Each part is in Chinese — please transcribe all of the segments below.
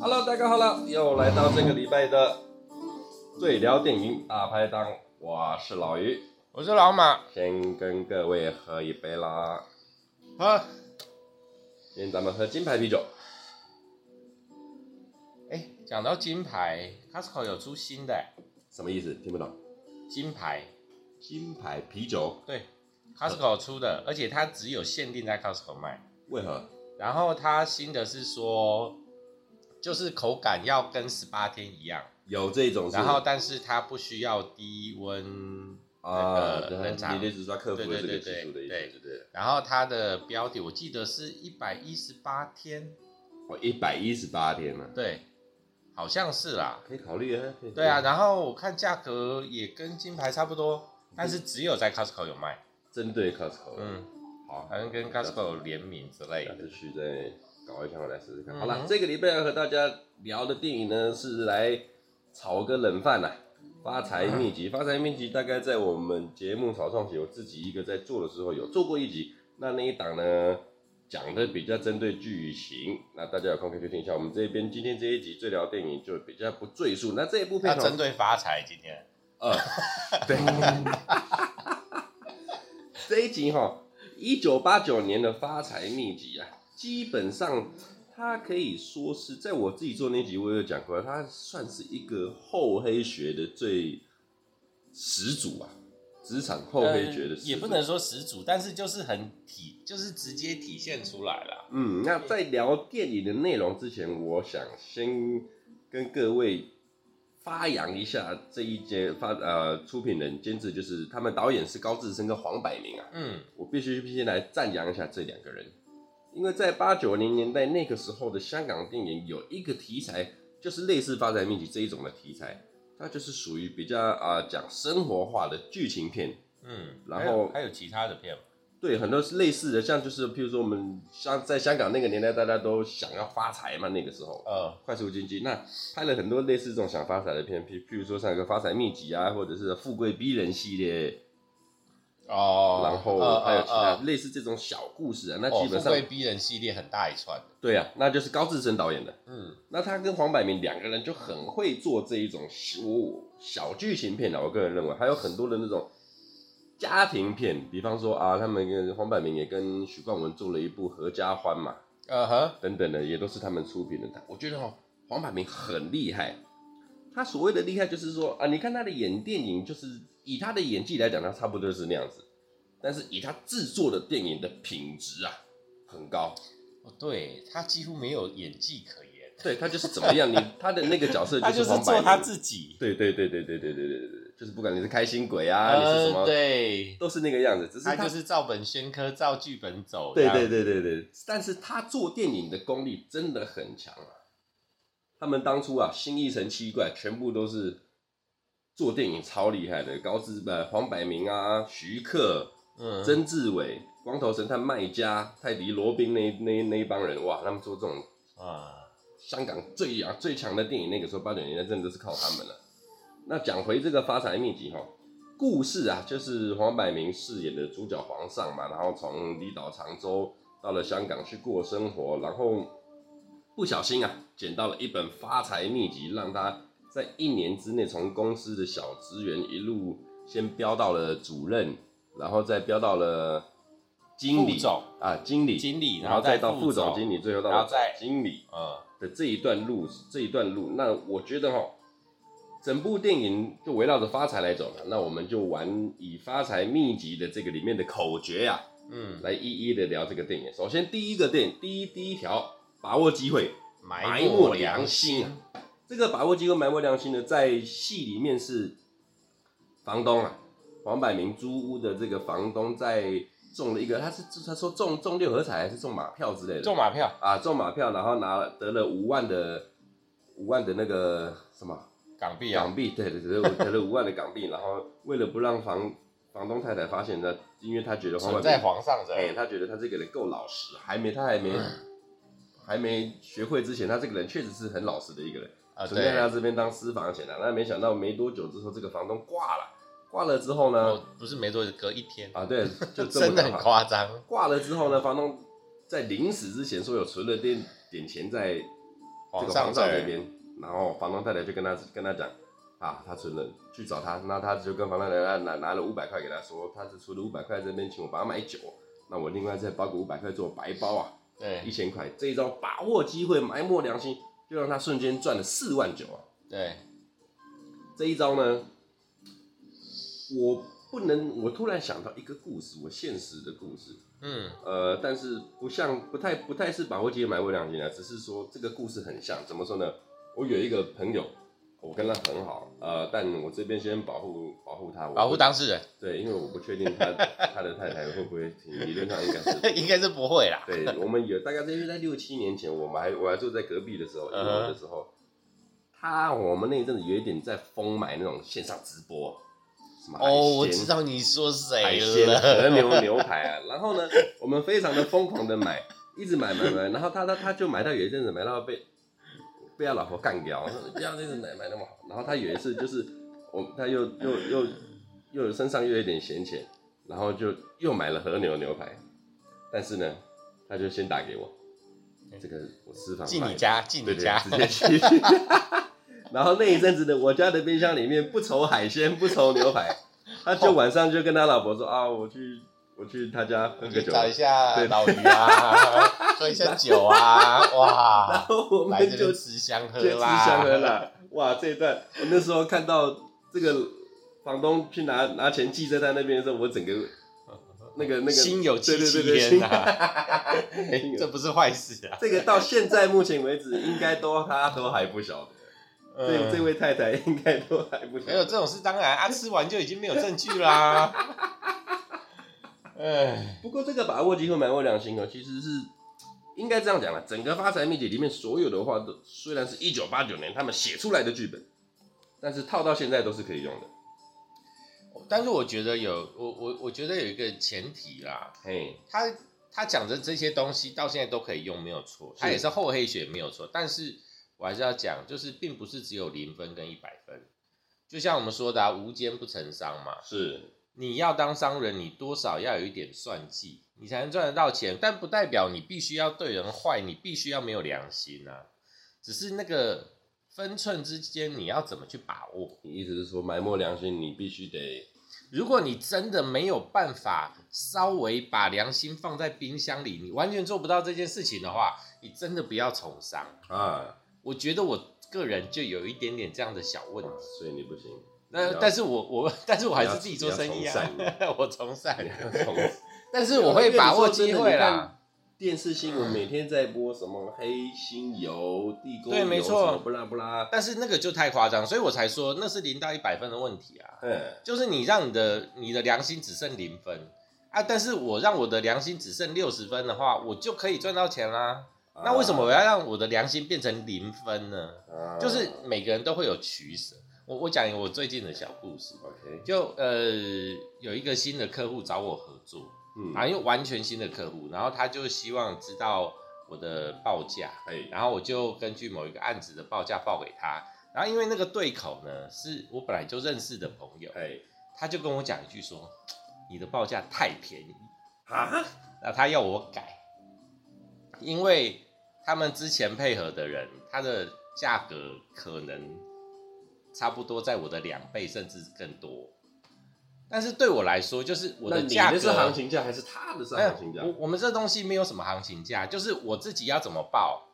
Hello，大家好了，又来到这个礼拜的最聊电影大排档，我是老于，我是老马，先跟各位喝一杯啦。喝，今天咱们喝金牌啤酒，哎，讲到金牌，Costco 有出新的哎什么意思？听不懂。金牌，金牌啤酒对，Costco 出的，而且它只有限定在 Costco 卖。为何？然后它新的是说，就是口感要跟十八天一样，有这种是？然后但是它不需要低温，啊，那个对冷藏你的意思是要克服对了对这个对技术的意思，对对不对？然后它的标的我记得是一百一十八天，我哦一百一十八天了，对，好像是啦，可以考虑啊。可以考虑对啊，，然后我看价格也跟金牌差不多，但是只有在 Costco 有卖，针对 Costco，嗯。好，好像跟 Costco 联名之类下的。次去再搞一下，我来试试看。嗯好了，这个礼拜要和大家聊的电影呢，是来炒个冷饭呐、啊发财秘籍》。《发财秘籍》大概在我们节目草创期，我自己一个在做的时候有做过一集。那那一档呢，讲的比较针对剧情，那大家有空可以去听一下。我们这边今天这一集最聊电影就比较不赘述。那这一部那片针对发财今天，呃，对，这一集哈，一九八九年的发财秘籍啊，基本上它可以说是在我自己做那集我有讲过，它算是一个厚黑学的最始祖啊，职场厚黑学的始祖、呃也不能说始祖，但是就是很体，就是直接体现出来了。嗯，那在聊电影的内容之前，我想先跟各位发扬一下这一间发呃出品人监制，就是他们导演是高志森跟黄百鸣啊，嗯，我必须先来赞扬一下这两个人，因为在八九零年代那个时候的香港电影有一个题材，就是类似《发财秘籍》这一种的题材，它就是属于比较啊、呃讲生活化的剧情片，嗯，然还有后还有其他的片吗？对，很多是类似的，像就是譬如说我们像在香港那个年代，大家都想要发财嘛，那个时候呃，快速经济，那拍了很多类似这种想发财的片，譬譬如说像有个《发财秘籍》啊，或者是《富贵逼人》系列，哦，呃然后还有其他类似这种小故事啊，那那基本上哦贵逼人系列很大一串的。对啊，那就是高志森导演的。嗯那他跟黄百鸣两个人就很会做这一种小小剧情片啊，我个人认为还有很多的那种家庭片，比方说啊，他们跟黄百鸣也跟许冠文做了一部《合家欢》嘛，呃呵，等等的，也都是他们出品的。我觉得哦，黄百鸣很厉害。他所谓的厉害，就是说啊，你看他的演电影，就是以他的演技来讲，他差不多是那样子，但是以他制作的电影的品质啊，很高。哦对他几乎没有演技可言，对他就是怎么 样，你他的那个角色他是就是黄做百他鸣自己。对对对对对对对对对对，就是不管你是开心鬼啊，你是什呃，么，对，都是那个样子。只是他就是照本宣科，照剧本走。对对对，对对对，但是他做电影的功力真的很强啊。他们当初啊，《新一城七怪》全部都是做电影超厉害的，高志呃黄百鸣啊、徐克、嗯，曾志伟、光头神探麦家、泰迪罗宾那那那一帮人，哇，他们做这种啊，香港最强最强的电影，那个时候八九年代真的都是靠他们了。那讲回这个发财秘籍哈，故事啊，就是黄百鸣饰演的主角皇上嘛，然后从离岛常州到了香港去过生活，然后不小心啊，捡到了一本发财秘籍，让他在一年之内从公司的小职员一路先飙到了主任，然后再飙到了经理副总啊，经理，经理，然后再到副总总经理，最后到然了后再经理。嗯的这一段路，这一段路，那我觉得哈，整部电影就围绕着发财来走嘛。那我们就玩以发财秘籍的这个里面的口诀呀、嗯，来一一的聊这个电影。首先第一个电影，第一第一条，把握机会，埋没没良良心心啊。这个把握机会，埋没良心呢，在戏里面是房东啊，黄百鸣租屋的这个房东在中了一个，他是他说中中六合彩还是中马票之类的，中马票啊，中马票，然后拿了得了五万的五万的那个什么港币啊，港币，对对对，我得了五万的港币，然后为了不让房房东太太发现呢，因为他觉得黄百鸣存在皇上哎、者。他觉得他这个人够老实，还没他还没、还没学会之前，他这个人确实是很老实的一个人，啊，存在对，他这边当私房钱的、那没想到没多久之后，这个房东挂了，挂了之后呢，我不是没做，隔一天，啊对，就这么哦真的很刚好夸张。挂了之后呢，房东在临死之前说有存了点点钱在这皇个皇上上这这边，然后房东太太就跟他跟他讲啊，他存了去找他，那他就跟房东太太拿拿了五百块给他说，他是存了五百块这边请我帮他买酒，那我另外再包个五百块做白包啊，一对千块，这一招把握机会，埋没良心，就让他瞬间赚了四万九啊！对，这一招呢，我不能，我突然想到一个故事，我现实的故事，嗯，呃，但是不像不太不太是把握机会埋没良心啊，只是说这个故事很像，怎么说呢？我有一个朋友，我跟他很好，呃，但我这边先保护保护他，我不保护当事人 对，因为我不确定他他的太太会不会听，理论上应该是应该是不会啦。对，我们有大概在在六七年前，我们还我还住在隔壁的时候，一嗯哼楼的时候，他我们那一阵子有一点在疯买那种线上直播，什么海鲜、哦，我知道你说海谁鲜了。和牛牛排啊，然后呢，我们非常的疯狂的买，一直买买买，然后他他他就买到有一阵子买到被被他老婆干掉，说不要这次买买那么好，然后他有一次就是我他又又又又有身上又有一点闲钱，然后就又买了和牛牛排，但是呢，他就先打给我，这个我私房进买你的家，进对你对家，直接去。 然后那一阵子的我家的冰箱里面不愁海鲜，不愁牛排，他就晚上就跟他老婆说啊，我去我去他家喝个 去酒，找一下对老鱼 啊，喝一下酒啊，然哇，后我们来这就边吃香喝就吃辣，香喝辣。哇，这一段我那时候看到这个房东去拿拿钱记在他那边的时候，我整个那个那个心有戚对对戚对对焉啊，心有 这不是坏事啊。这个到现在目前为止，应该都他都还不晓得，这嗯这位太太应该都还不晓没得有。这种事，当然啊，吃完就已经没有证据啦。哎，不过这个把握机会蛮有良心哦，其实是应该这样讲了。整个《发财秘籍》里面所有的话都，虽然是一九八九年他们写出来的剧本，但是套到现在都是可以用的。但是我觉得有我我我觉得有一个前提啦，嘿，他他讲的这些东西到现在都可以用，没有错，他是也是厚黑学没有错，但是我还是要讲，就是并不是只有零分跟一百分，就像我们说的、啊，无奸不成商嘛，是你要当商人，你多少要有一点算计，你才能赚得到钱。但不代表你必须要对人坏，你必须要没有良心啊。只是那个分寸之间，你要怎么去把握？你意思是说埋没良心，你必须得如果你真的没有办法稍微把良心放在冰箱里，你完全做不到这件事情的话，你真的不要从商。啊，我觉得我个人就有一点点这样的小问题。所以你不行。那了但是我我但是我还是自己做你要生意啊从 善，我从善你，要从但是我会把握机会啦。。电视新闻每天在播什么黑心油、地沟油，对没错什么不啦不啦，但是那个就太夸张，所以我才说那是零到一百分的问题啊，嗯，就是你让你的你的良心只剩零分啊，但是我让我的良心只剩六十分的话，我就可以赚到钱啦。那为什么我要让我的良心变成零分呢？啊？就是每个人都会有取舍。我我讲一个我最近的小故事， OK，就呃有一个新的客户找我合作嗯，啊，因为完全新的客户，然后他就希望知道我的报价，哎，然后我就根据某一个案子的报价报给他。然后因为那个对口呢是我本来就认识的朋友，哎，他就跟我讲一句说：“你的报价太便宜。啊，”那他要我改，因为他们之前配合的人，他的价格可能差不多在我的两倍甚至更多。但是对我来说，就是我那的你价格的是行情价还是他的是哎啊行情价？我我们这东西没有什么行情价，就是我自己要怎么报，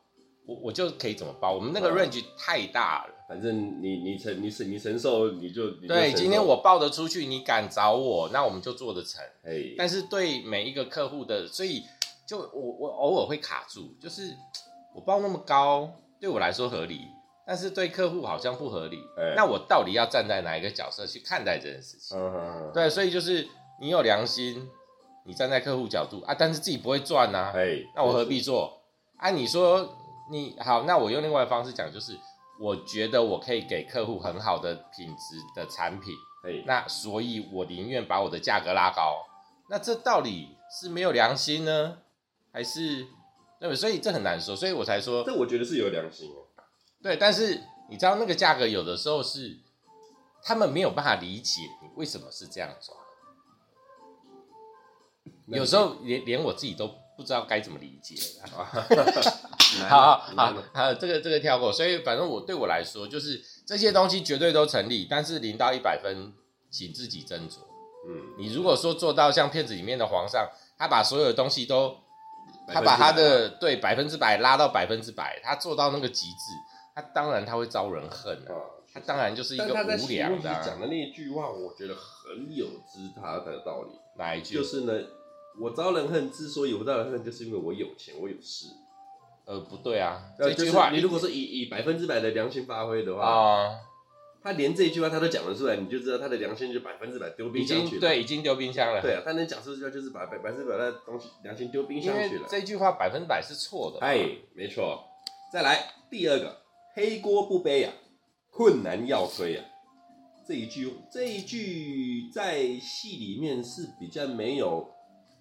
我我就可以怎么报。我们那个啊 range 太大了。反正你你承你承你承受你就你就对，承受今天我报得出去，你敢找我，那我们就做得成。哎，但是对每一个客户的，所以就我我偶尔会卡住，就是我报那么高，对我来说合理，但是对客户好像不合理。哎那我到底要站在哪一个角色去看待这件事情？嗯嗯嗯对，所以就是你有良心，你站在客户角度啊，但是自己不会赚啊。哎，那我何必做？啊，你说你好，那我用另外的方式讲，就是我觉得我可以给客户很好的品质的产品，哎那所以我宁愿把我的价格拉高。那这到底是没有良心呢，还是对？所以这很难说，所以我才说这我觉得是有良心哦，对。但是你知道那个价格有的时候是他们没有办法理解你为什么是这样抓，有时候连连我自己都不知道该怎么理解。啊难 好了好难好了，好，这个这个跳过。所以反正我对我来说，就是这些东西绝对都成立，但是零到一百分，请自己斟酌。嗯，你如果说做到像片子里面的皇上，他把所有的东西都，百分之百他把他的对百分之百拉到百分之百，他做到那个极致，他当然他会招人恨啊，啊，他当然就是一但个他在无题目良里的、啊讲。的那一句话，我觉得很有知他的道理，哪一句？就是呢，我招人恨，之所以我招人恨，就是因为我有钱，我有势。呃，不对啊，呃这句就话是你如果是以以百分之百的良心发挥的啊、话，他连这一句话他都讲得出来，你就知道他的良心就百分之百丢已冰箱去经了。对，已经丢冰箱了。对啊，他能讲出这句话就是把百百分之百的东西良心丢冰因箱去为了。这句话百分之百是错的。哎，没错。再来第二个，黑锅不背啊，困难要推啊。这一句这一句在戏里面是比较没有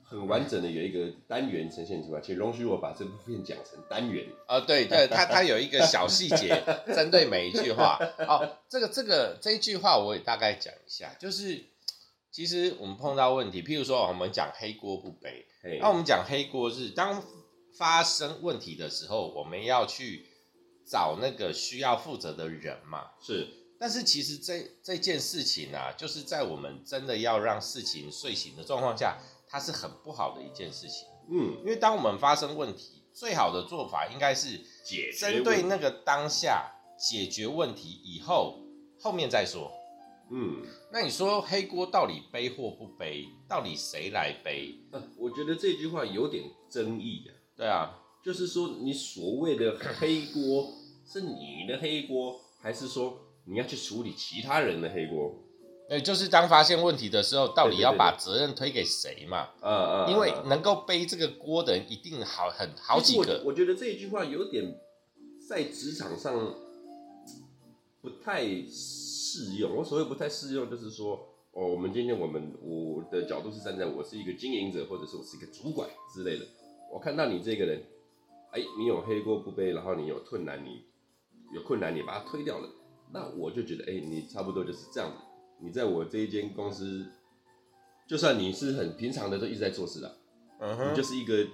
很完整的有一个单元呈现出来，请容许我把这部片讲成单元。呃，对对，他他有一个小细节，针对每一句话。哦，这个这个这一句话我也大概讲一下，就是其实我们碰到问题，譬如说我们讲黑锅不背，嘿，那我们讲黑锅是当发生问题的时候，我们要去找那个需要负责的人嘛。是但是其实这这件事情啊，就是在我们真的要让事情睡醒的状况下，它是很不好的一件事情。嗯，因为当我们发生问题，最好的做法应该是解决针对问题那个当下解决问题以后，后面再说。嗯。那你说黑锅到底背或不背？到底谁来背？呃我觉得这句话有点争议啊，对啊，就是说你所谓的黑锅 是你的黑锅，还是说你要去处理其他人的黑锅？也就是当发现问题的时候，到底对对要把责任推给谁嘛？啊啊，啊因为啊能够背这个锅的人，一定好很好其几实我个。我觉得这一句话有点在职场上不太适用。我所谓不太适用，就是说。哦，我们今天我们我的角度是站在我是一个经营者，或者是我是一个主管之类的。我看到你这个人，哎，你有黑锅不背，然后你有困难，你有困难你把它推掉了，那我就觉得，哎，你差不多就是这样子。你在我这一间公司，就算你是很平常的，都一直在做事的，嗯你就哼，是一个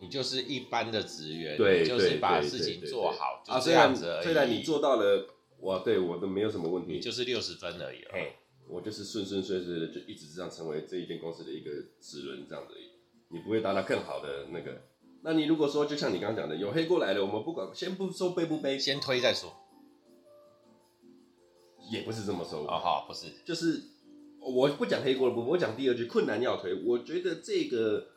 你就是一般的职员，对你就是对把对事对情对做对好，啊，就这虽样然子而已。虽然你做到了，我对我都没有什么问你题，就是六十分而已了。嘿，我就是顺顺遂遂的就一直这样成为这一间公司的一个齿轮这样子而已，你不会达到更好的那个。那你如果说就像你刚刚讲的，有黑锅来了，我们不管先不说背不背，先推再说。也不是这么说，哦，好，不是，就是我不讲黑锅的部分，我讲第二句困难要推，我觉得这个。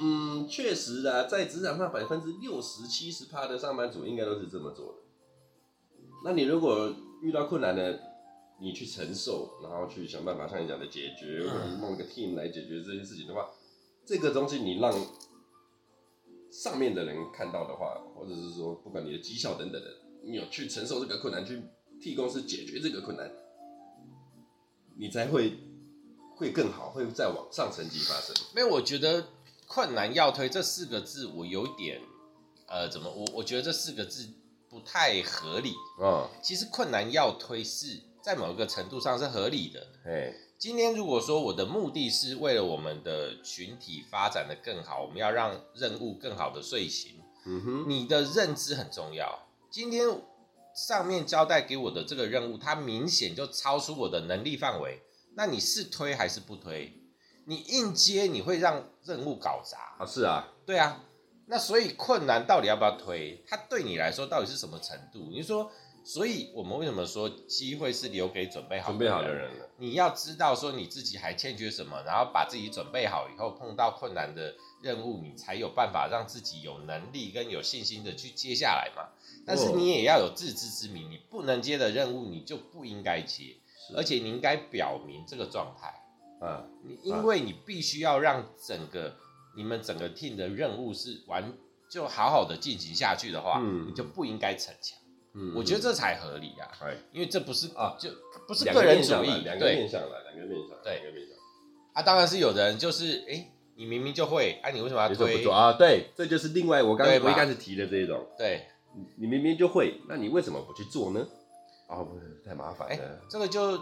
嗯，确实啊，在职场上百分之六十七十趴的上班族应该都是这么做的。那你如果遇到困难呢，你去承受，然后去想办法，像你讲的解决，或者是弄一个 team 来解决这些事情的话，这个东西你让上面的人看到的话，或者是说不管你的绩效等等的，你有去承受这个困难，去替公司解决这个困难，你才会会更好，会再往上层级发生。没有，我觉得“困难要推”这四个字，我有点，呃，怎么，我我觉得这四个字不太合理。嗯，其实“困难要推”是在某一个程度上是合理的。嘿，今天如果说我的目的是为了我们的群体发展的更好，我们要让任务更好的遂行，嗯哼，你的认知很重要。今天上面交代给我的这个任务，它明显就超出我的能力范围，那你是推还是不推？你硬接，你会让任务搞砸。啊是啊，对啊，那所以困难到底要不要推？它对你来说到底是什么程度？你说，所以我们为什么说机会是留给准备好准备好的？人了，你要知道说你自己还欠缺什么，然后把自己准备好以后，碰到困难的任务，你才有办法让自己有能力跟有信心的去接下来嘛。但是嗯你也要有自知之明，你不能接的任务你就不应该接，而且你应该表明这个状态。啊，你因为你必须要让整个你们整个 team 的任务是完就好好的进行下去的话，嗯你就不应该逞强。嗯我觉得这才合理啊，哎。因为这不是啊就不是两个人面主向啦义，两个对面向了，两个面向，对两个面向。啊，当然是有的人就是哎、诶你明明就会，啊，你为什么要你说不推？做啊？对，这就是另外我刚对我嘛一开始提的这一种，对，你你明明就会，那你为什么不去做呢？啊，不是太麻烦哎、了这个就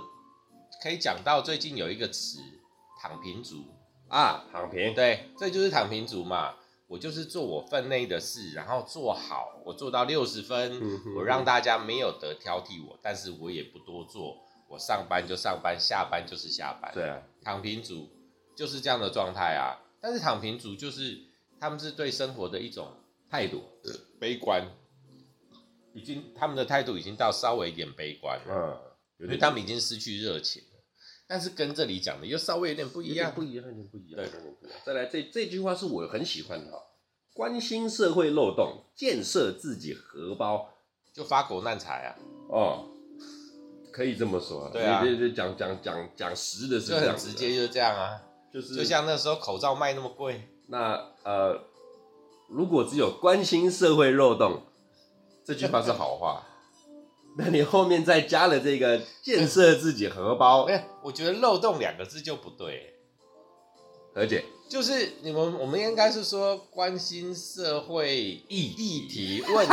可以讲到最近有一个词“躺平族啊！躺”，平，对，这就是躺平族嘛。我就是做我分内的事，然后做好，我做到六十分，嗯哼我让大家没有得挑剔我，但是我也不多做，我上班就上班，下班就是下班，对啊，躺平族就是这样的状态啊。但是躺平族就是他们是对生活的一种态度、呃悲观，已经他们的态度已经到稍微一点悲观了，嗯，有因为点他们已经失去热情了。但是跟这里讲的又稍微有点不一有点样不，一样，有点不一样，对有点不一样。再来这这句话是我很喜欢的哈，关心社会漏洞，建设自己荷包就发狗难财啊，哦，可以这么说。对啊你这这讲讲讲讲实的是就这样很子直的接，就是这样啊。就是就像那时候口罩卖那么贵，那呃，如果只有关心社会漏洞这句话是好 话，那你后面再加了这个建设自己荷包没，有，哎我觉得“漏洞”两个字就不对，何姐就是你们我们应该是说关心社会议议题问题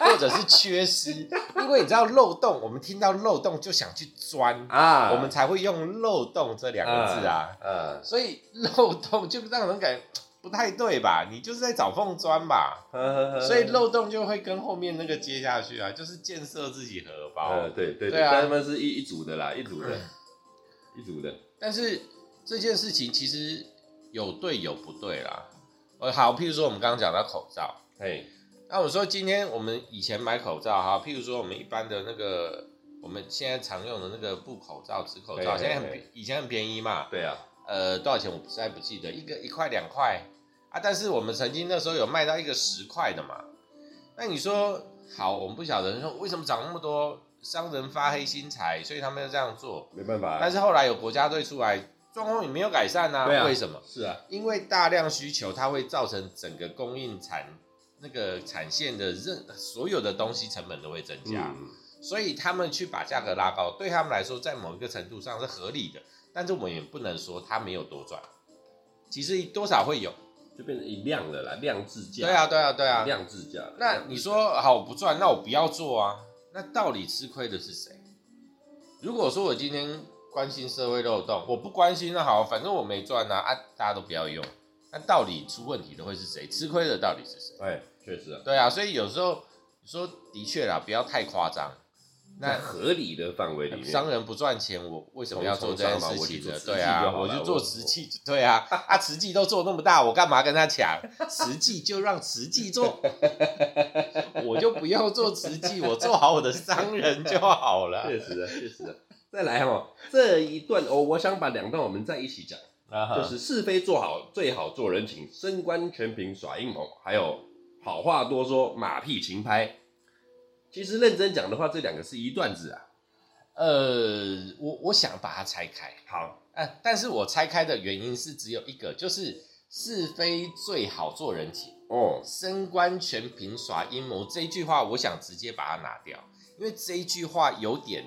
或者是缺失，因为你知道漏洞，我们听到漏洞就想去钻，啊，我们才会用“漏洞”这两个字啊，，嗯所以漏洞就让人感觉不太对吧？你就是在找缝钻吧，嗯，所以漏洞就会跟后面那个接下去啊，就是建设自己荷包。呃，对对对对，啊嗯但他们是一一组的啦，一组的，一组的，但是这件事情其实有对有不对啦。呃，好，譬如说我们刚刚讲到口罩，嘿，那我说今天我们以前买口罩哈，譬如说我们一般的那个我们现在常用的那个布口罩、纸口罩，嘿嘿现在很嘿便以前很便宜嘛，对啊，呃，多少钱我实在不记得，一个一块两块啊。但是我们曾经那时候有卖到一个十块的嘛。那你说好，我们不晓得说为什么涨那么多，商人发黑心财，所以他们要这样做。没办法，但是后来有国家队出来，状况也没有改善呐、对啊为什么？是啊，因为大量需求，它会造成整个供应产那个产线的任所有的东西成本都会增加，嗯，所以他们去把价格拉高，对他们来说，在某一个程度上是合理的。但是我们也不能说它没有多赚，其实多少会有。就变成一量了啦，量制价，对啊，对啊，对啊。量制价了。那你说好我不赚，那我不要做啊？那到底吃亏的是谁？如果说我今天关心社会漏洞，我不关心那好，反正我没赚啊，啊，大家都不要用，那到底出问题的会是谁？吃亏的到底是谁？哎，确实啊，对啊，所以有时候你说的确啦，不要太夸张。在那合理的范围里面，商人不赚钱，我为什么要做这件事情呢？对啊，我我就去做做实实际际，对啊，啊，实际都做那么大，我干嘛跟 他抢？实际就让实际做， 我就不要做实际，我做好我的商人就好了。确实啊，确实啊。再来哦，这一段哦，我想把两段我们在一起讲，啊就是是非做好，最好做人情，升官全凭耍硬捧，还有好话多说，马屁勤拍。其实认真讲的话，这两个是一段子啊。呃，我我想把它拆开，好，啊，但是我拆开的原因是只有一个，就是是非最好做人情。哦，升官全凭耍阴谋这一句话，我想直接把它拿掉，因为这一句话有点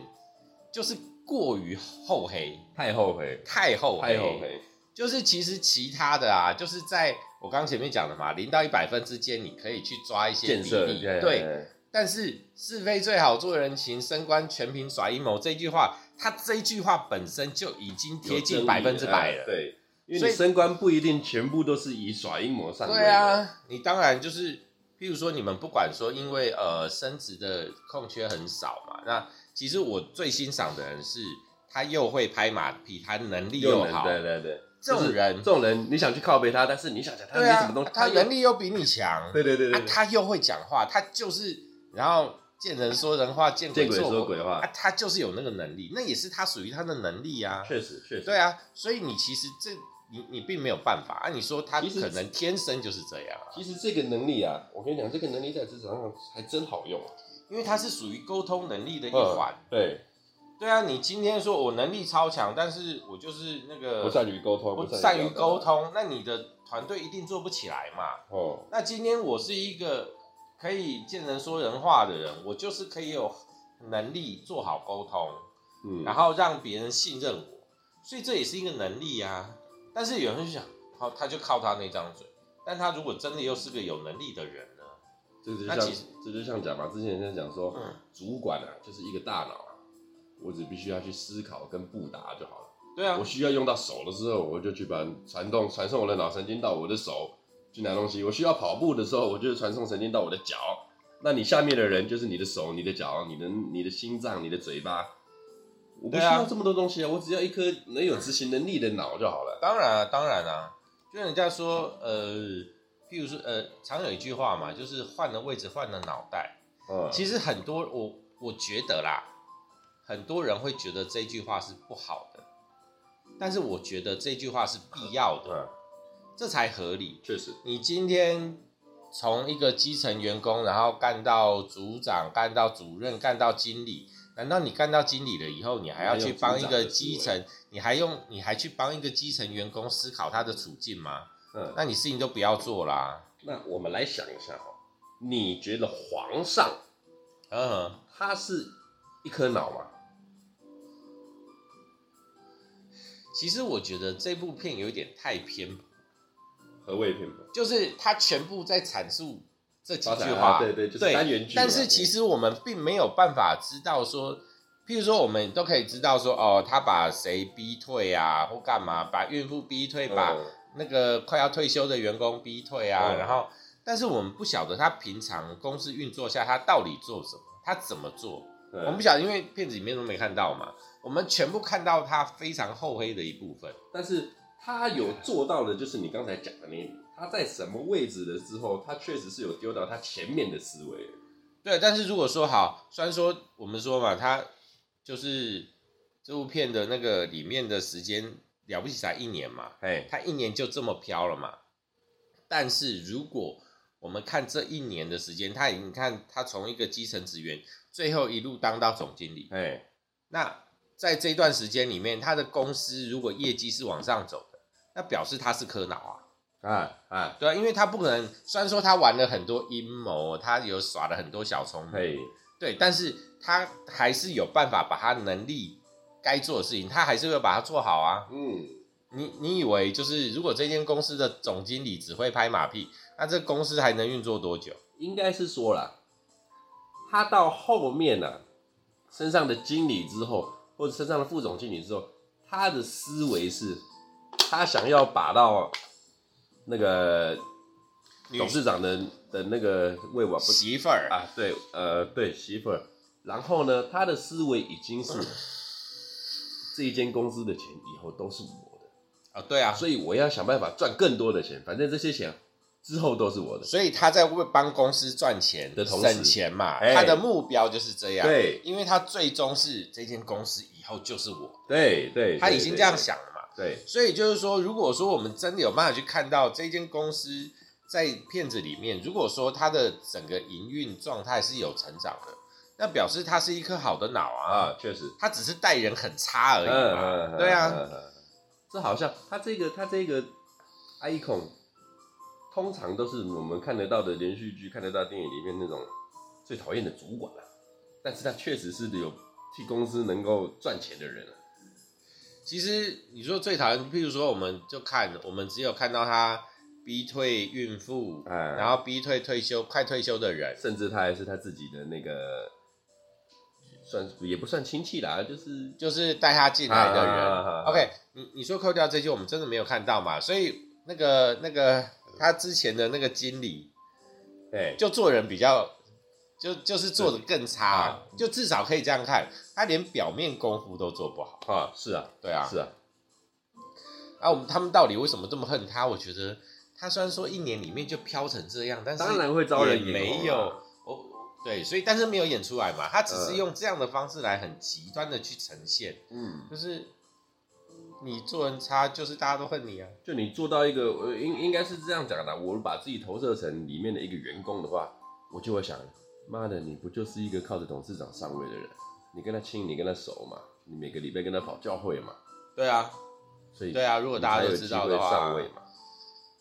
就是过于厚黑，太后悔，太厚黑，太后悔，就是其实其他的啊，就是在我刚前面讲的嘛，零到一百分之间，你可以去抓一些建设比例对对。但是是非最好做人情，升官全凭耍阴谋这句话，它这一句话本身就已经贴近百分之百了。呃对，因所为以你升官不一定全部都是以耍阴谋上位的对，啊，你当然就是，譬如说你们不管说，因为呃升职的空缺很少嘛，那其实我最欣赏的人是他又会拍马屁，他能力又能好，对对对，这种这人，种人你想去靠背他，但是你想想他没对什啊么东西，，他又能力又比你强，对对对对啊，，他又会讲话，他就是然后见人说人话，见见鬼鬼说做鬼啊话，，他就是有那个能力，那也是他属于他的能力啊，确实确实，对啊，所以你其实这你你并没有办法啊，你说他其实可能天生就是这样啊。其实这个能力啊，我跟你讲，这个能力在职场上还真好用啊。因为它是属于沟通能力的一环。对，对啊，你今天说我能力超强，但是我就是那个不善于沟通，不善善于表达沟。通，那你的团队一定做不起来嘛。哦，那今天我是一个可以见人说人话的人，我就是可以有能力做好沟通，嗯，然后让别人信任我，所以这也是一个能力啊。但是有人就想，好，他就靠他那张嘴，但他如果真的又是个有能力的人呢？这就那像其实这就像讲嘛，之前人家讲说，嗯主管啊就是一个大脑啊，我只必须要去思考跟布达就好了。对啊我，需要用到手的时候，我就去把传动传送我的脑神经到我的手，去拿东西。我需要跑步的时候，我就是传送神经到我的脚，那你下面的人就是你的手、你的脚、你的你的心脏、你的嘴巴。我不对需啊要这么多东西啊，我只要一颗能有执行能力的脑就好了。当然啊，当然啊，就人家说，呃，譬如说，呃，常有一句话嘛，就是换了位置，换了脑袋。嗯，其实很多我我觉得啦，很多人会觉得这句话是不好的，但是我觉得这句话是必要的，嗯，这才合理。确实，你今天从一个基层员工，然后干到组长，干到主任，干到经理，难道你干到经理了以后，你还要去帮一个基层，你还用你还去帮一个基层员工思考他的处境吗？嗯，那你事情都不要做啦。那我们来想一下哈、你觉得皇上嗯，他是一颗脑吗？其实我觉得这部片有点太偏颇，何谓偏颇？就是他全部在阐述这几句发展话，啊对对，就是哦对单元剧嘛。但是其实我们并没有办法知道说，譬如说我们都可以知道说，哦，他把谁逼退啊，或干嘛，把孕妇逼退，对把那个快要退休的员工逼退啊，嗯然后，但是我们不晓得他平常公司运作下他到底做什么，他怎么做，嗯我们不晓得，因为片子里面都没看到嘛，我们全部看到他非常厚黑的一部分。但是他有做到的，就是你刚才讲的那一点，他在什么位置的之后，他确实是有丢到他前面的思维。对，但是如果说好，虽然说我们说嘛，它就是这部片的那个里面的时间了不起才一年嘛，哎，它一年就这么飘了嘛。但是如果我们看这一年的时间，他已经看他从一个基层职员，最后一路当到总经理，哎，那在这段时间里面，他的公司如果业绩是往上走的，那表示他是科脑啊。啊啊，对啊，因为他不可能，虽然说他玩了很多阴谋，他有耍了很多小聪明，嘿，对，但是他还是有办法把他能力该做的事情，他还是会把它做好啊。嗯，你你以为就是如果这间公司的总经理只会拍马屁，那这公司还能运作多久？应该是说啦，他到后面呢、啊，身上的经理之后，或者身上的副总经理之后，他的思维是，他想要把到那个女董事长的的那个位吧，不媳妇儿，啊，对，呃，对，媳妇儿。然后呢，他的思维已经 是这一间公司的钱以后都是我的，啊，对啊，所以我要想办法赚更多的钱，反正这些钱之后都是我的。所以他在为帮公司赚钱的同时省钱嘛，哎他的目标就是这样。，对因为他最终是这间公司以后就是我，对对，他对已经对这样想了嘛。对，所以就是说，如果说我们真的有办法去看到这间公司在片子里面，如果说它的整个营运状态是有成长的，那表示它是一颗好的脑啊，啊，确实，它只是待人很差而已嘛。对啊，嗯嗯，嗯嗯这好像他这个他这个 icon，通常都是我们看得到的连续剧、看得到电影里面那种最讨厌的主管啊，但是他确实是有替公司能够赚钱的人啊。其实你说最讨厌，譬如说我们就看，我们只有看到他逼退孕妇，嗯然后逼退退休快退休的人，甚至他还是他自己的那个，算也不算亲戚啦，就是就是带他进来的人。啊啊啊啊啊 OK，你你说扣掉这些，我们真的没有看到嘛？所以那个那个他之前的那个经理，哎就做人比较，就就是做的更差、啊就至少可以这样看，他连表面功夫都做不好。啊是啊对啊，是啊，啊，我们他们到底为什么这么恨他？我觉得他虽然说一年里面就飘成这样，但是当然会招人也眼红啊没有哦，对，所以但是没有演出来嘛，他只是嗯用这样的方式来很极端的去呈现。嗯，就是你做人差，就是大家都恨你啊。就你做到一个，呃应应该是这样讲的，我把自己投射成里面的一个员工的话，我就会想，妈的，你不就是一个靠着董事长上位的人，你跟他亲，你跟他熟嘛，你每个礼拜跟他跑教会嘛，对啊，所以对啊，如果你才大家有都机知道会的话，上位嘛，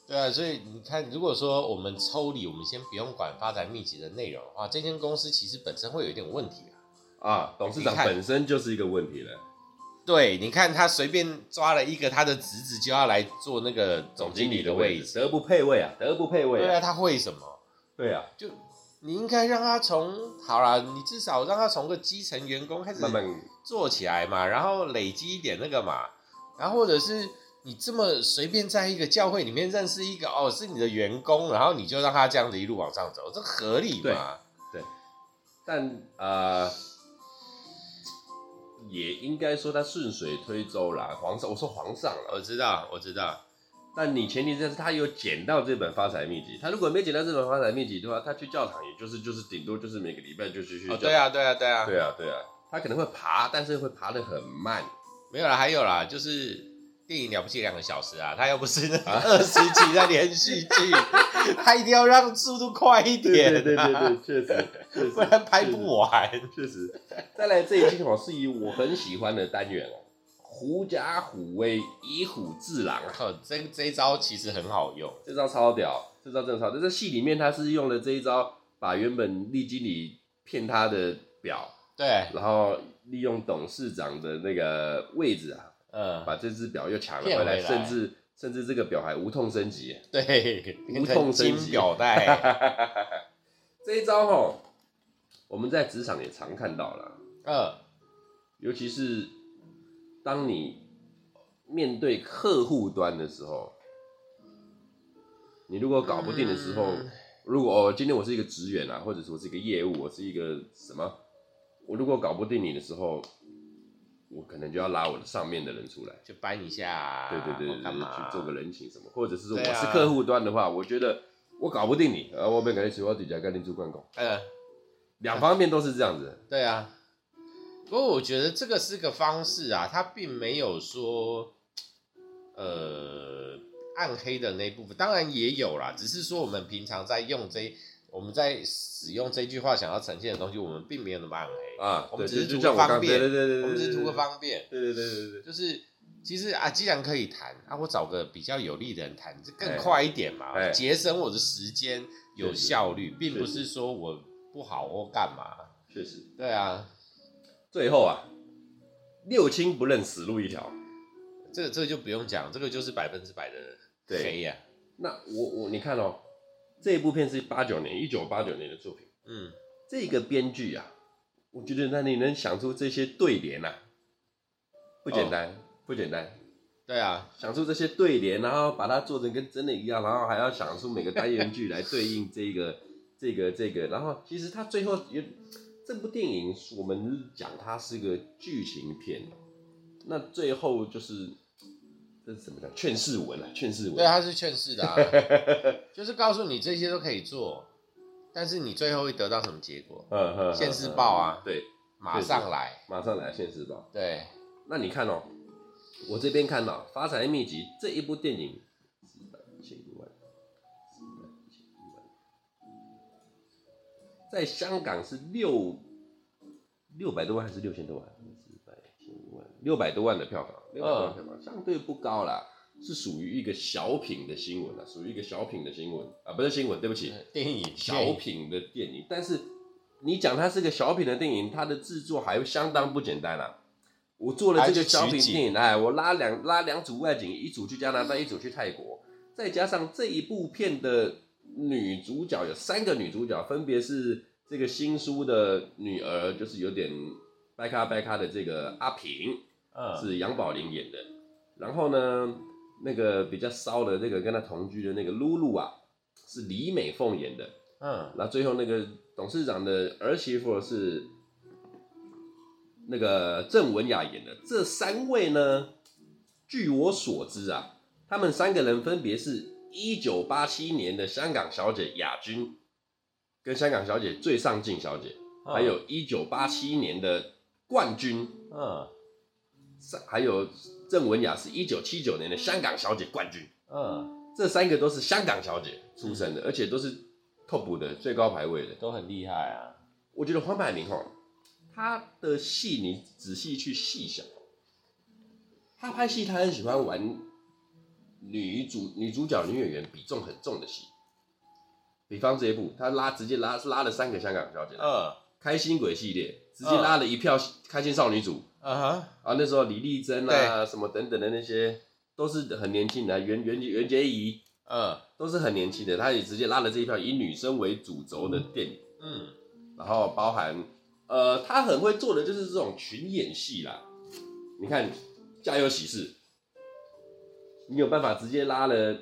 对啊，所以你看，如果说我们抽离，我们先不用管发展秘籍的内容的话，这间公司其实本身会有一点问题啊。啊，董事长你看本身就是一个问题了，对，你看他随便抓了一个他的侄子就要来做那个总经理的位置，德不配位啊，德不配位对啊，啊，他会什么？对啊，就你应该让他从好啦，你至少让他从个基层员工开始慢慢做起来嘛，然后累积一点那个嘛，然后或者是你这么随便在一个教会里面认识一个哦是你的员工，然后你就让他这样子一路往上走，这合理吗？但呃，也应该说他顺水推舟啦，皇上，我说皇上了。我知道，我知道，但你前提是他有捡到这本发财秘籍，他如果没捡到这本发财秘籍的话，他去教堂也就是就是顶多就是每个礼拜就是去教哦，对啊，对啊，对啊，对啊对啊，他可能会爬，但是会爬得很慢。没有啦，还有啦，就是电影了不起两个小时啊，他又不是那二十集的连续剧， 他一定要让速度快一点、啊，对，确实确不然拍不完。 确实。再来这一期哦，是以我很喜欢的单元哦，狐假虎威，以虎制狼啊，靠，哦这这一招其实很好用，这招超屌，这招真的超屌。在这戏里面他是用了这一招，把原本丽经理骗他的表，对，然后利用董事长的那个位置啊，嗯，把这只表又抢了骗回来，回来甚至甚至这个表还无痛升级。对，无痛升级金表带，这一招吼，我们在职场也常看到了， 嗯，尤其是当你面对客户端的时候，你如果搞不定的时候，嗯如果哦，今天我是一个职员啊，或者是我是一个业务，我是一个什么，我如果搞不定你的时候，我可能就要拉我的上面的人出来。就搬一下啊，对对对对或干对，嘛去做个人情什么，或者是说我对啊是客户端的话，我觉得我搞不定你，呃，我没跟你说，我底下跟你主管讲，嗯。两方面都是这样子，对啊，不过我觉得这个是个方式啊，他并没有说，呃，暗黑的那一部分，当然也有啦，只是说我们平常在用这，我们在使用这句话想要呈现的东西，我们并没有那么暗黑，啊， 我们对只是就图就像个我方刚便对对对对，我们只是对图个，方便，对对对对对对，就是其实啊，既然可以谈，啊，我找个比较有利的人谈，这更哎快一点嘛，哎节省我的时间，有是是效率，并是不是是说我不好或干嘛，确实，对啊，最后啊，六亲不认，死路一条。这个这个就不用讲，这个就是百分之百的啊对黑呀、那我我你看哦，这一部片是八九年，一九八九年的作品，嗯，这个编剧啊，我觉得那你能想出这些对联啊，不哦简单，不简单。对啊，想出这些对联，然后把它做成跟真的一样，然后还要想出每个单元剧来对应这个、 这个、这个，然后其实它最后也，这部电影我们讲它是个剧情片，那最后就是这是怎么讲？劝世文啊，劝世文。对，他是劝世 的、啊，就是告诉你这些都可以做，但是你最后会得到什么结果？嗯，嗯嗯现世报啊对，马上来，马上来现世报。对，那你看哦，我这边看到、发财秘籍》这一部电影，四百千万，四百千万，在香港是六六百多万还是六千多万？四百千万，六百多万的票房，六百多万票房、相对不高啦，是属于一个小品的新闻啊，属于一个小品的新闻啊，不是新闻，对不起，电影小品的电影，但是你讲它是个小品的电影，它的制作还相当不简单啊。我做了这个小品电影，哎，我拉两拉两组外景，一组去加拿大，一组去泰国，再加上这一部片的女主角有三个女主角，分别是这个新书的女儿，就是有点掰咖掰咖的这个阿平，嗯，是杨宝林演的。然后呢，那个比较骚的那个跟她同居的那个露露啊，是李美凤演的。嗯，那最后那个董事长的儿媳妇是那个郑文雅演的。这三位呢，据我所知啊，他们三个人分别是一九八七年的香港小姐亚军，跟香港小姐最上镜小姐，嗯还，有一九八七年的冠军，嗯三还有郑文雅是一九七九年的香港小姐冠军。嗯，这三个都是香港小姐出身的，而且都是 top 的最高排位的。都很厉害啊，我觉得黄百鸣哈，他的戏你仔细去细想，他拍戏他很喜欢玩女主女主角女演员比重很重的戏，比方这一部他拉直接拉拉了三个香港小姐，嗯开心鬼系列直接拉了一票开心少女组嗯哼，啊，那时候李丽珍啊什么等等的那些都是很年轻的啊，袁袁袁洁仪嗯都是很年轻的，他也直接拉了这一票以女生为主轴的电影。嗯，然后包含呃，他很会做的就是这种群演戏啦。你看《家有喜事》，你有办法直接拉了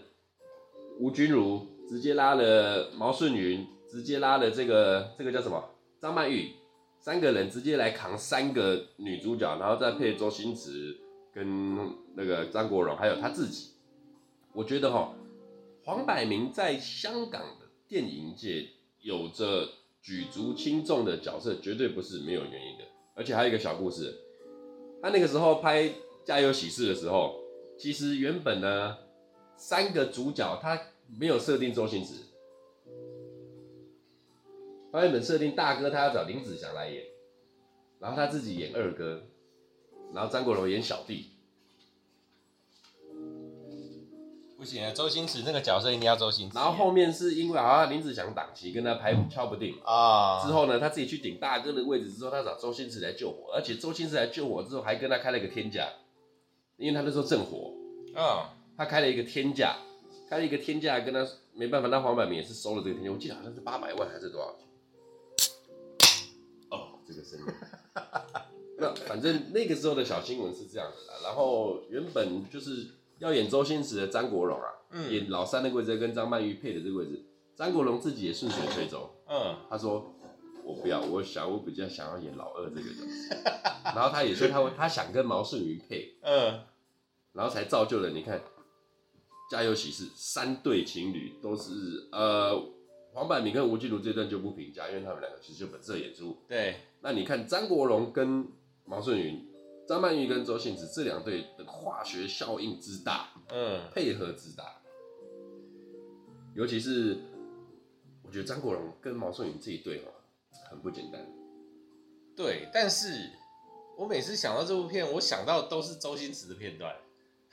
吴君如，直接拉了毛舜筠，直接拉了这个这个叫什么张曼玉，三个人直接来扛三个女主角，然后再配周星驰跟那个张国荣，还有他自己。我觉得哈，黄百鸣在香港的电影界有着举足轻重的角色，绝对不是没有原因的。而且还有一个小故事，他那个时候拍《家有喜事》的时候，其实原本呢，三个主角他没有设定周星驰，他原本设定大哥他要找林子祥来演，然后他自己演二哥，然后张国荣演小弟。不行啊，周星驰那个角色一定要周星驰然演。后后面是因为好像林子祥档期跟他拍敲不定，啊，之后呢，他自己去顶大哥的位置之后，他找周星驰来救火，而且周星驰来救火之后还跟他开了一个天价，因为他那时候正火，嗯，他开了一个天价，开了一个天价跟他没办法，那黄百鸣也是收了这个天价，我记得好像是八百万还是多少钱。哦，这个声音。那反正那个时候的小新闻是这样的啦，然后原本就是要演周星驰的张国荣啊，嗯演老三那个位置跟张曼玉配的这个位置，张国荣自己也顺水推舟，嗯，他说我不要，我想我比较想要演老二这个角色，然后他也说他会他想跟毛舜筠配，嗯，然后才造就了你看《家有喜事》三对情侣都是呃黄百鸣跟吴君如这段就不评价，因为他们两个其实就本色演出。对，那你看张国荣跟毛舜筠、张曼玉跟周星驰这两对的化学效应之大，嗯，配合之大，尤其是我觉得张国荣跟毛舜筠这一对哦，很不简单。对。但是我每次想到这部片，我想到都是周星驰的片段。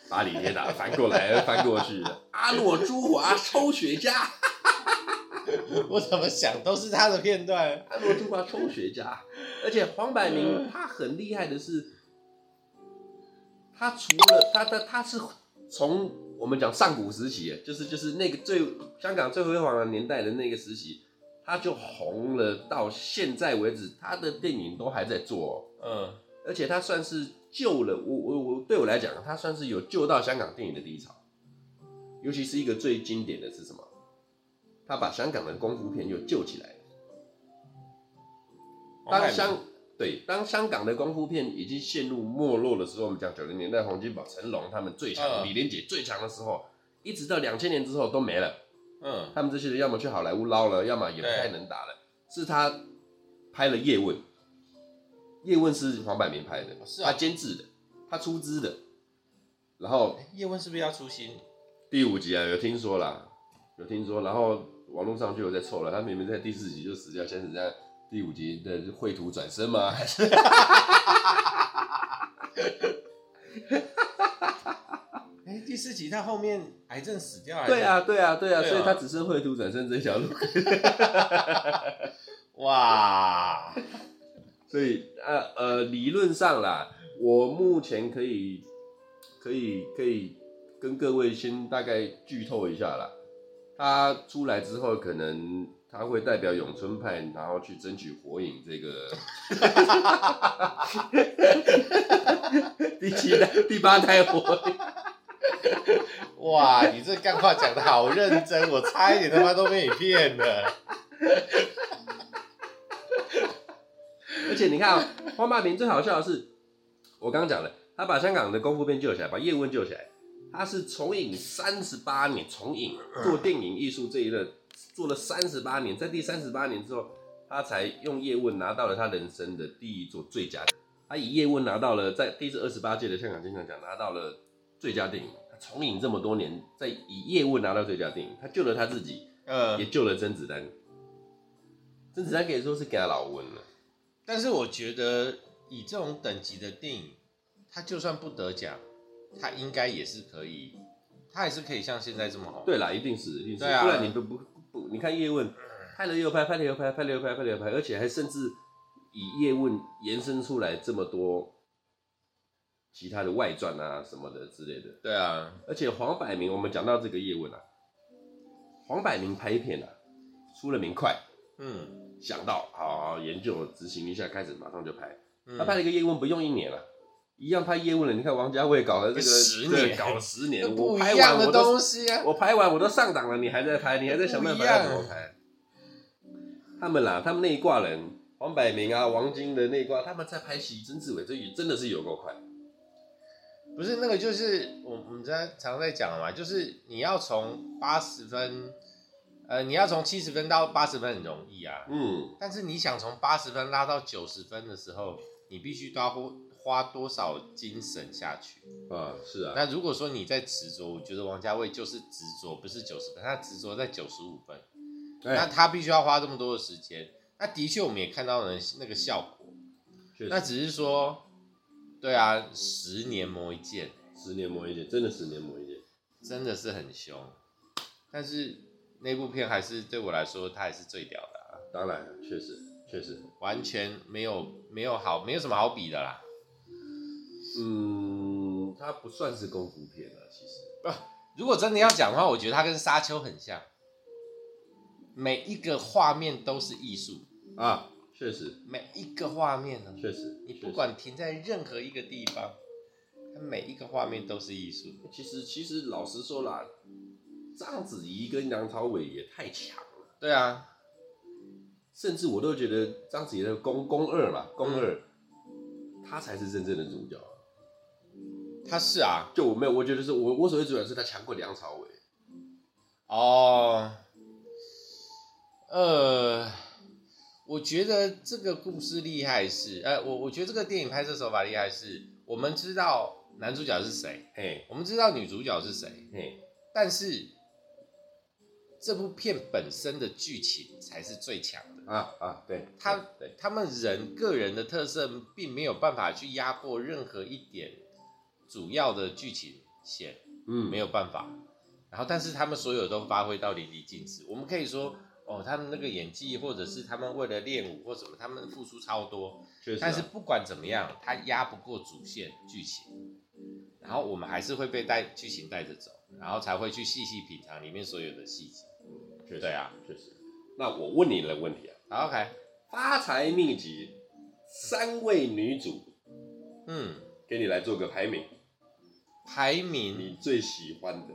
巴黎铁 塔翻过来翻过去的，阿诺朱华抽雪茄，我怎么想都是他的片段。阿诺朱华抽雪茄。而且黄百鸣他很厉害的是，他除了他他他是从我们讲上古时期，就是就是那个最香港最辉煌的年代的那个时期，他就红了到现在为止，他的电影都还在做、哦。嗯，而且他算是救了我我我对我来讲，他算是有救到香港电影的低潮，尤其是一个最经典的是什么？他把香港的功夫片又救起来了。当哦香对当香港的功夫片已经陷入没落的时候，我们讲九零年代洪金宝、成龙他们最强，嗯李连杰最强的时候，一直到两千年之后都没了。嗯，他们这些人要么去好莱坞捞了，要么也不太能打了。是他拍了《叶问》，《叶问》哦是黄百鸣拍的，是啊他监制的，他出资的。然后哎叶问是不是要出新？第五集啊，有听说啦，有听说，然后网络上就有在凑了，他明明在第四集就死掉，现在人家第五集的绘图转身吗？还是哎、第四集他后面癌症死掉还是 对，啊，对啊，对啊，对啊所以他只剩绘图转身这一条路。哇，所以呃呃，理论上啦，我目前可以可以可以跟各位先大概剧透一下啦。他出来之后，可能他会代表咏春派，然后去争取火影这个第七代、第八代火影。哇，你这干话讲的好认真，我差一点他妈都被你骗了。而且你看、啊，黄百鸣最好笑的是，我刚刚讲了，他把香港的功夫片救起来，把叶问救起来，他是从影三十八年，从影做电影艺术这一类做了三十八年，在第三十八年之后，他才用叶问拿到了他人生的第一座最佳，他以叶问拿到了在第二十八届的香港金像奖拿到了最佳电影，他从影这么多年，在以叶问拿到最佳电影，他救了他自己，也嗯，救了甄子丹，甄子丹可以说是给他老温了。但是我觉得以这种等级的电影，他就算不得奖，他应该也是可以，他也是可以像现在这么红。对啦，一定是，一定是，对啊嗯不然你不不不，你看叶问拍了又拍，拍了又拍，拍了又拍，拍了又拍，而且还甚至以叶问延伸出来这么多其他的外传啊什么的之类的。对啊，而且黄百鸣，我们讲到这个叶问啊，黄百鸣拍片啊，出了名快，嗯，想到好好研究执行一下，开始马上就拍。嗯他拍了一个叶问不用一年了、啊一样拍业务了。你看王家卫搞了这个十这个年搞十那年，我 不一拍样完的我都东西 啊。我拍完我都上档了，你还在拍，你还在想办法要怎么拍。他们啦，他们那一挂人，黄百鸣啊、王晶的那一挂，他们在拍戏，曾志伟这也真的是有够快。不是那个，就是我我们常常在讲嘛，就是你要从八十分，呃，你要从七十分到八十分很容易啊，嗯，但是你想从八十分拉到九十分的时候，你必须都要花花多少精神下去？啊，是啊，那如果说你在执着，我觉得王家卫就是执着，不是九十分，他执着在九十五分，那哎，他必须要花这么多的时间。那的确我们也看到了那个效果，确那实只是说，对啊，十年磨一剑。十年磨一剑，真的十年磨一剑。真的是很凶，但是那部片还是对我来说，它还是最屌的、啊，当然，确实，确实，完全没有没有好，没有什么好比的啦。嗯，它不算是功夫片啊，其实。如果真的要讲的话，我觉得它跟沙丘很像，每一个画面都是艺术，啊，确实，每一个画面呢，确实，你确不实管停在任何一个地方，它每一个画面都是艺术。其实其实老实说啦，章子怡跟梁朝伟也太强了，对啊，甚至我都觉得章子怡的宫宫二嘛，宫二，她才是真正的主角。啊它是啊，就我没有，我觉得是我我所谓主角是她强过梁朝伟，哦，呃，我觉得这个故事厉害是，呃，我我觉得这个电影拍摄手法厉害是，我们知道男主角是谁，嘿，我们知道女主角是谁，嘿，但是这部片本身的剧情才是最强的。啊啊，对，他对，他们人个人的特色并没有办法去压迫任何一点主要的剧情线。嗯，没有办法。然后，但是他们所有都发挥到淋漓尽致。我们可以说，哦，他们那个演技，或者是他们为了练舞或什么，他们付出超多。确实啊，但是不管怎么样，他压不过主线剧情，然后我们还是会被带剧情带着走，然后才会去细细品尝里面所有的细节。确实对啊，确实。那我问你一个问题啊，好，OK， 《发财秘籍》三位女主，嗯，给你来做个排名，排名你最喜欢的。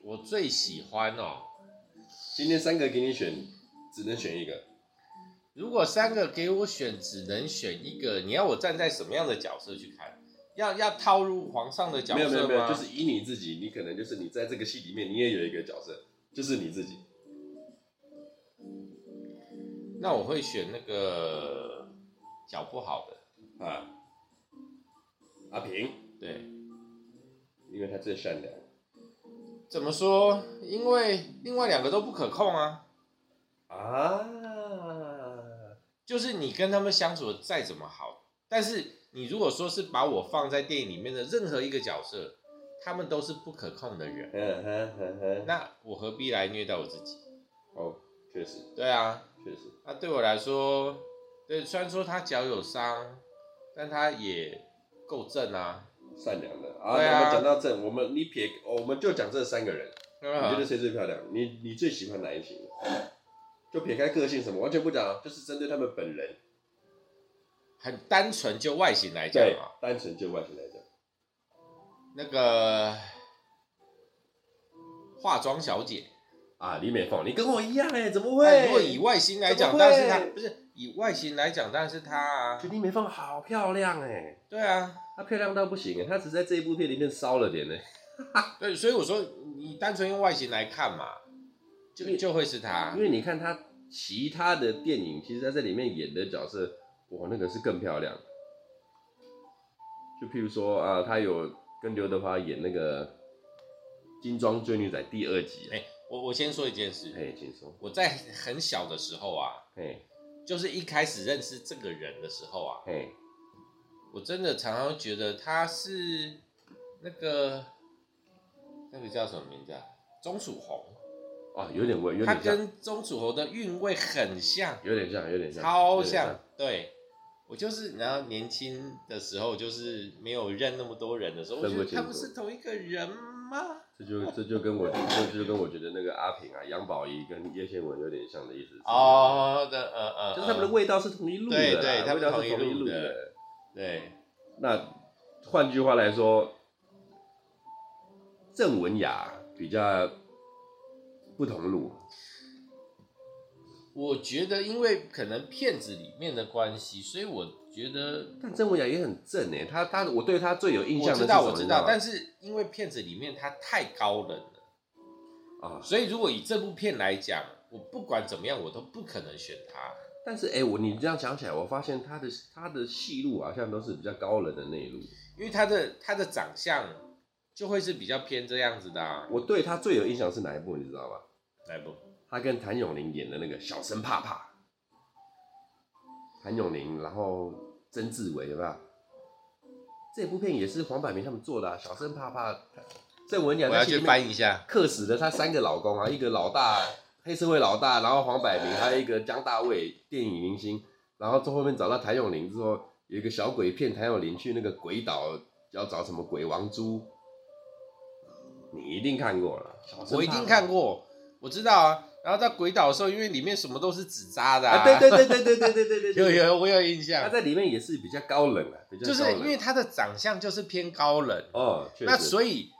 我最喜欢哦。今天三个给你选，只能选一个。如果三个给我选，只能选一个，你要我站在什么样的角色去看？要要套入皇上的角没色有吗？没有没有，就是以你自己，你可能就是你在这个戏里面，你也有一个角色，就是你自己。那我会选那个脚不好的，啊，阿平，对，因为他最善良。怎么说？因为另外两个都不可控啊，啊，就是你跟他们相处的再怎么好，但是你如果说是把我放在电影里面的任何一个角色，他们都是不可控的人， 嗯哼哼哼，那我何必来虐待我自己？哦，确实对啊，确实，那对我来说，对，虽然说他脚有伤，但他也够正啊。善良的啊。对啊那我们讲到这，我们你撇，哦我们就讲这三个人，你觉呃得谁最漂亮？你你最喜欢哪一型的？就撇开个性什么，完全不讲，啊就是针对他们本人，很单纯，就外形来讲对啊，，单纯就外形来讲。那个化妆小姐，啊，李美凤，你跟我一样哎，怎么会？哎如果以外形来怎讲，么但是她会不是以外形来讲，但是她啊觉，得李美凤好漂亮哎，对啊，她漂亮到不行哎，她只是在这一部片里面烧了点呢。欸对，所以我说你单纯用外形来看嘛，就你就会是她因，为你看她其他的电影，其实她在里面演的角色，哇，那个是更漂亮。就譬如说啊，她有跟刘德华演那个《金装追女仔》第二集，啊哎我我先说一件事，哎，请说，我在很小的时候啊，哎就是一开始认识这个人的时候啊，哎，我真的常常觉得她是那个那个叫什么名字啊？钟楚红，啊，有点味，有她点像，跟钟楚红的韵味很像。有点像，有点像，超有点像，对我就是，然后年轻的时候就是没有认那么多人的时候，我分觉不得他清们楚是同一个人吗？这就这就跟我这就跟我觉得那个阿平啊、杨宝仪跟叶倩文有点像的意思。，哦，的，呃呃，就是他们的呃味道是同一路的啦，对对他们味道同是一路一路的对，那换句话来说，郑文雅比较不同路，我觉得因为可能片子里面的关系，所以我觉得但郑文雅也很正哎、她他他我对他最有印我象的知是道什么我你知道道吗，但是因为片子里面他太高冷了，啊，所以如果以这部片来讲，我不管怎么样，我都不可能选他。但是哎、我你这样讲起来，我发现他的他的戏路好像都是比较高冷的内路。因为他的他的长相就会是比较偏这样子的、啊。我对他最有印象是哪一部，你知道吗？来不？他跟谭咏麟演的那个《小生怕怕》，谭咏麟，然后曾志伟，有没有？这部片也是黄百鸣他们做的、啊，《小生怕怕》。郑文雅我在要戏里去面翻一下。克死了她三个老公啊，一个老大黑社会老大，然后黄百鸣，还有一个江大卫电影明星，然后最后面找到谭咏麟之后，有一个小鬼骗谭咏麟去那个鬼岛要找什么鬼王珠，你一定看过了，我一定看过，我知道啊。然后在鬼岛的时候，因为里面什么都是纸扎的、啊，对对对对对对对对对，啊有有有，我有印他象，在里面也是比较高冷啊，比较就是高冷因为他的长相就是偏高冷，哦，确实那所以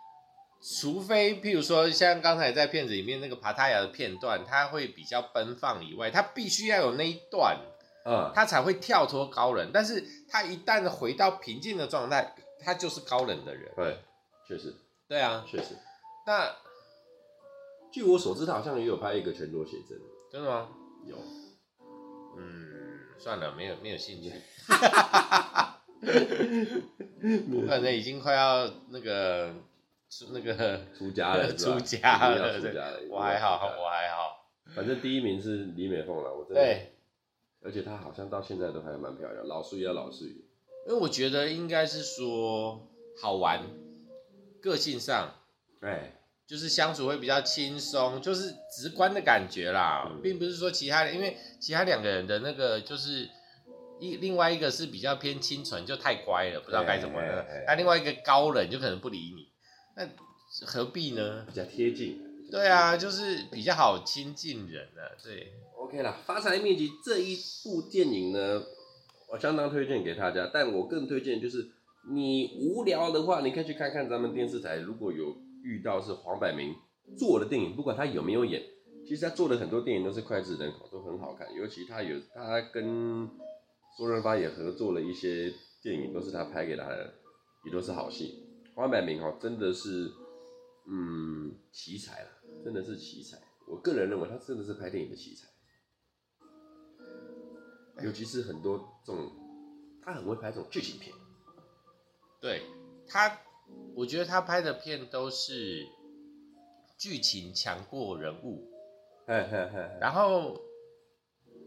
除非譬如说像刚才在片子里面那个帕塔亚的片段，他会比较奔放以外，他必须要有那一段，啊、他才会跳脱高冷。但是他一旦回到平静的状态，他就是高冷的人。对，确实对啊，确实，那据我所知，他好像也有拍一个全裸写真，真的吗？有，嗯，算了，没有没有兴趣。 我可能已经快要那个出那个出家了，是吧出家一定了，要出家了，一定要对出家了我还好，我还好。反正第一名是李美凤了，我真的。对，而且她好像到现在都还蛮漂亮，老树也要老树也。因为我觉得应该是说好玩，个性上哎，就是相处会比较轻松，就是直观的感觉啦，嗯并不是说其他人，因为其他两个人的那个就是一另外一个是比较偏清纯，就太乖了，不知道该怎么哎了哎哎；那另外一个高冷，就可能不理你，那何必呢比？较贴近。对啊，就是比较好亲近人啊，对， ，OK 啦，《发财秘籍》这一部电影呢，我相当推荐给大家，但我更推荐就是你无聊的话，你可以去看看咱们电视台，如果有遇到是黄百鸣做的电影，不管他有没有演，其实他做的很多电影都是脍炙人口，都很好看，尤其他有他跟周润发也合作了一些电影，都是他拍给他的，也都是好戏。黄百鸣哦，真的是，嗯，奇才了，真的是奇才。我个人认为他真的是拍电影的奇才，尤其是很多这种，他很会拍这种剧情片。对他，我觉得他拍的片都是剧情强过人物，嘿嘿嘿然后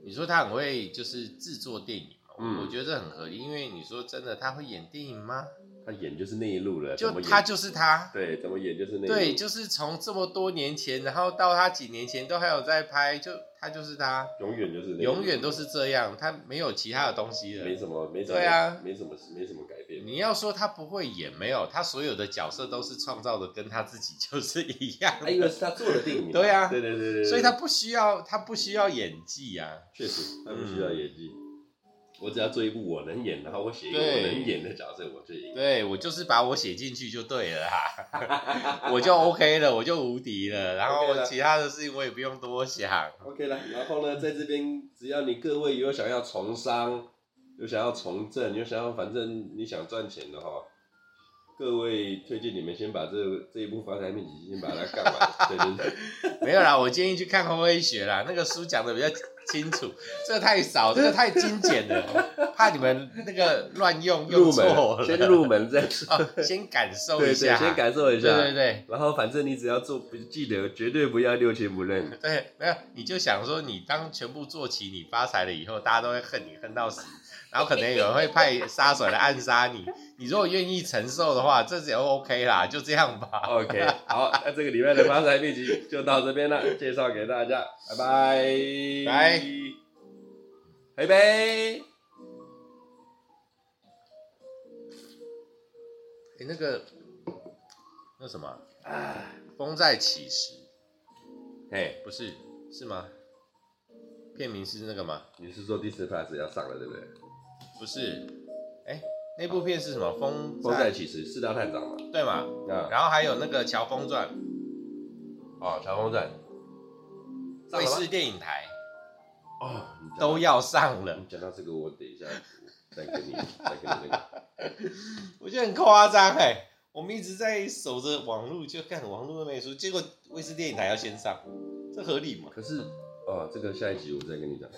你说他很会就是制作电影嘛，嗯我觉得这很合理，因为你说真的他会演电影吗？他演就是那一路了，怎就么演他就是他，对，怎么演就是那一路。对，就是从这么多年前，然后到他几年前都还有在拍，就他就是他，永远就是那一路永远都是这样，他没有其他的东西没了。什么，没什么，对啊没什么，没什么改变。你要说他不会演，没有，他所有的角色都是创造的，跟他自己 就是一样啊，因为的，是他做的电影嘛， 对啊对对对对，所以他不需要他不需要演技啊。确实他不需嗯要演技，我只要做一部我能演，然后我写一个对我能演的角色，我就赢。对我就是把我写进去就对了啦， 我就 OK 了，我就无敌了。然 OK 后了其他的事情我也不用多想。 OK 啦，然后呢，在这边，只要你各位有想要从商，有想要从政，有想要反正你想赚钱的哈，各位推荐你们先把这这一部《发财秘籍》先把它干完，对对对。没有啦，我建议去看红黑学啦，那个书讲的比较清楚，这个太少，这个太精简了，怕你们那个乱 用用入错门，了。先入门再说。哦，先感受对一对，下，先感受一对下。对对然后反正你只要做，不记得绝对不要六亲不 认。对，没有，你就想说，你当全部做齐，你发财了以后，大家都会恨你恨到死，然后可能有人会派杀手来暗杀你。你如果愿意承受的话，这就 OK 啦，就这样吧。 OK，好，那这个礼拜的发财秘籍就到这边了，介绍给大家，拜拜，拜，拜拜。诶那个那什么，啊，风再起时，嘿，不是是吗？片名是那个吗？你是说第四 pass 要上了对不对？不是，哎、那部片是什么？风风再起时四大探长嘛，对嘛？啊，然后还有那个《乔峰传哦，乔峰站》，上卫了吗视电影台哦，你讲到都要上了你，讲到这个，我等一下再跟你再跟你那个，我觉得很夸张哎。我们一直在守着网络，就看网络都没出，结果卫视电影台要先上，这合理吗？啊可是哦，这个下一集我再跟你讲。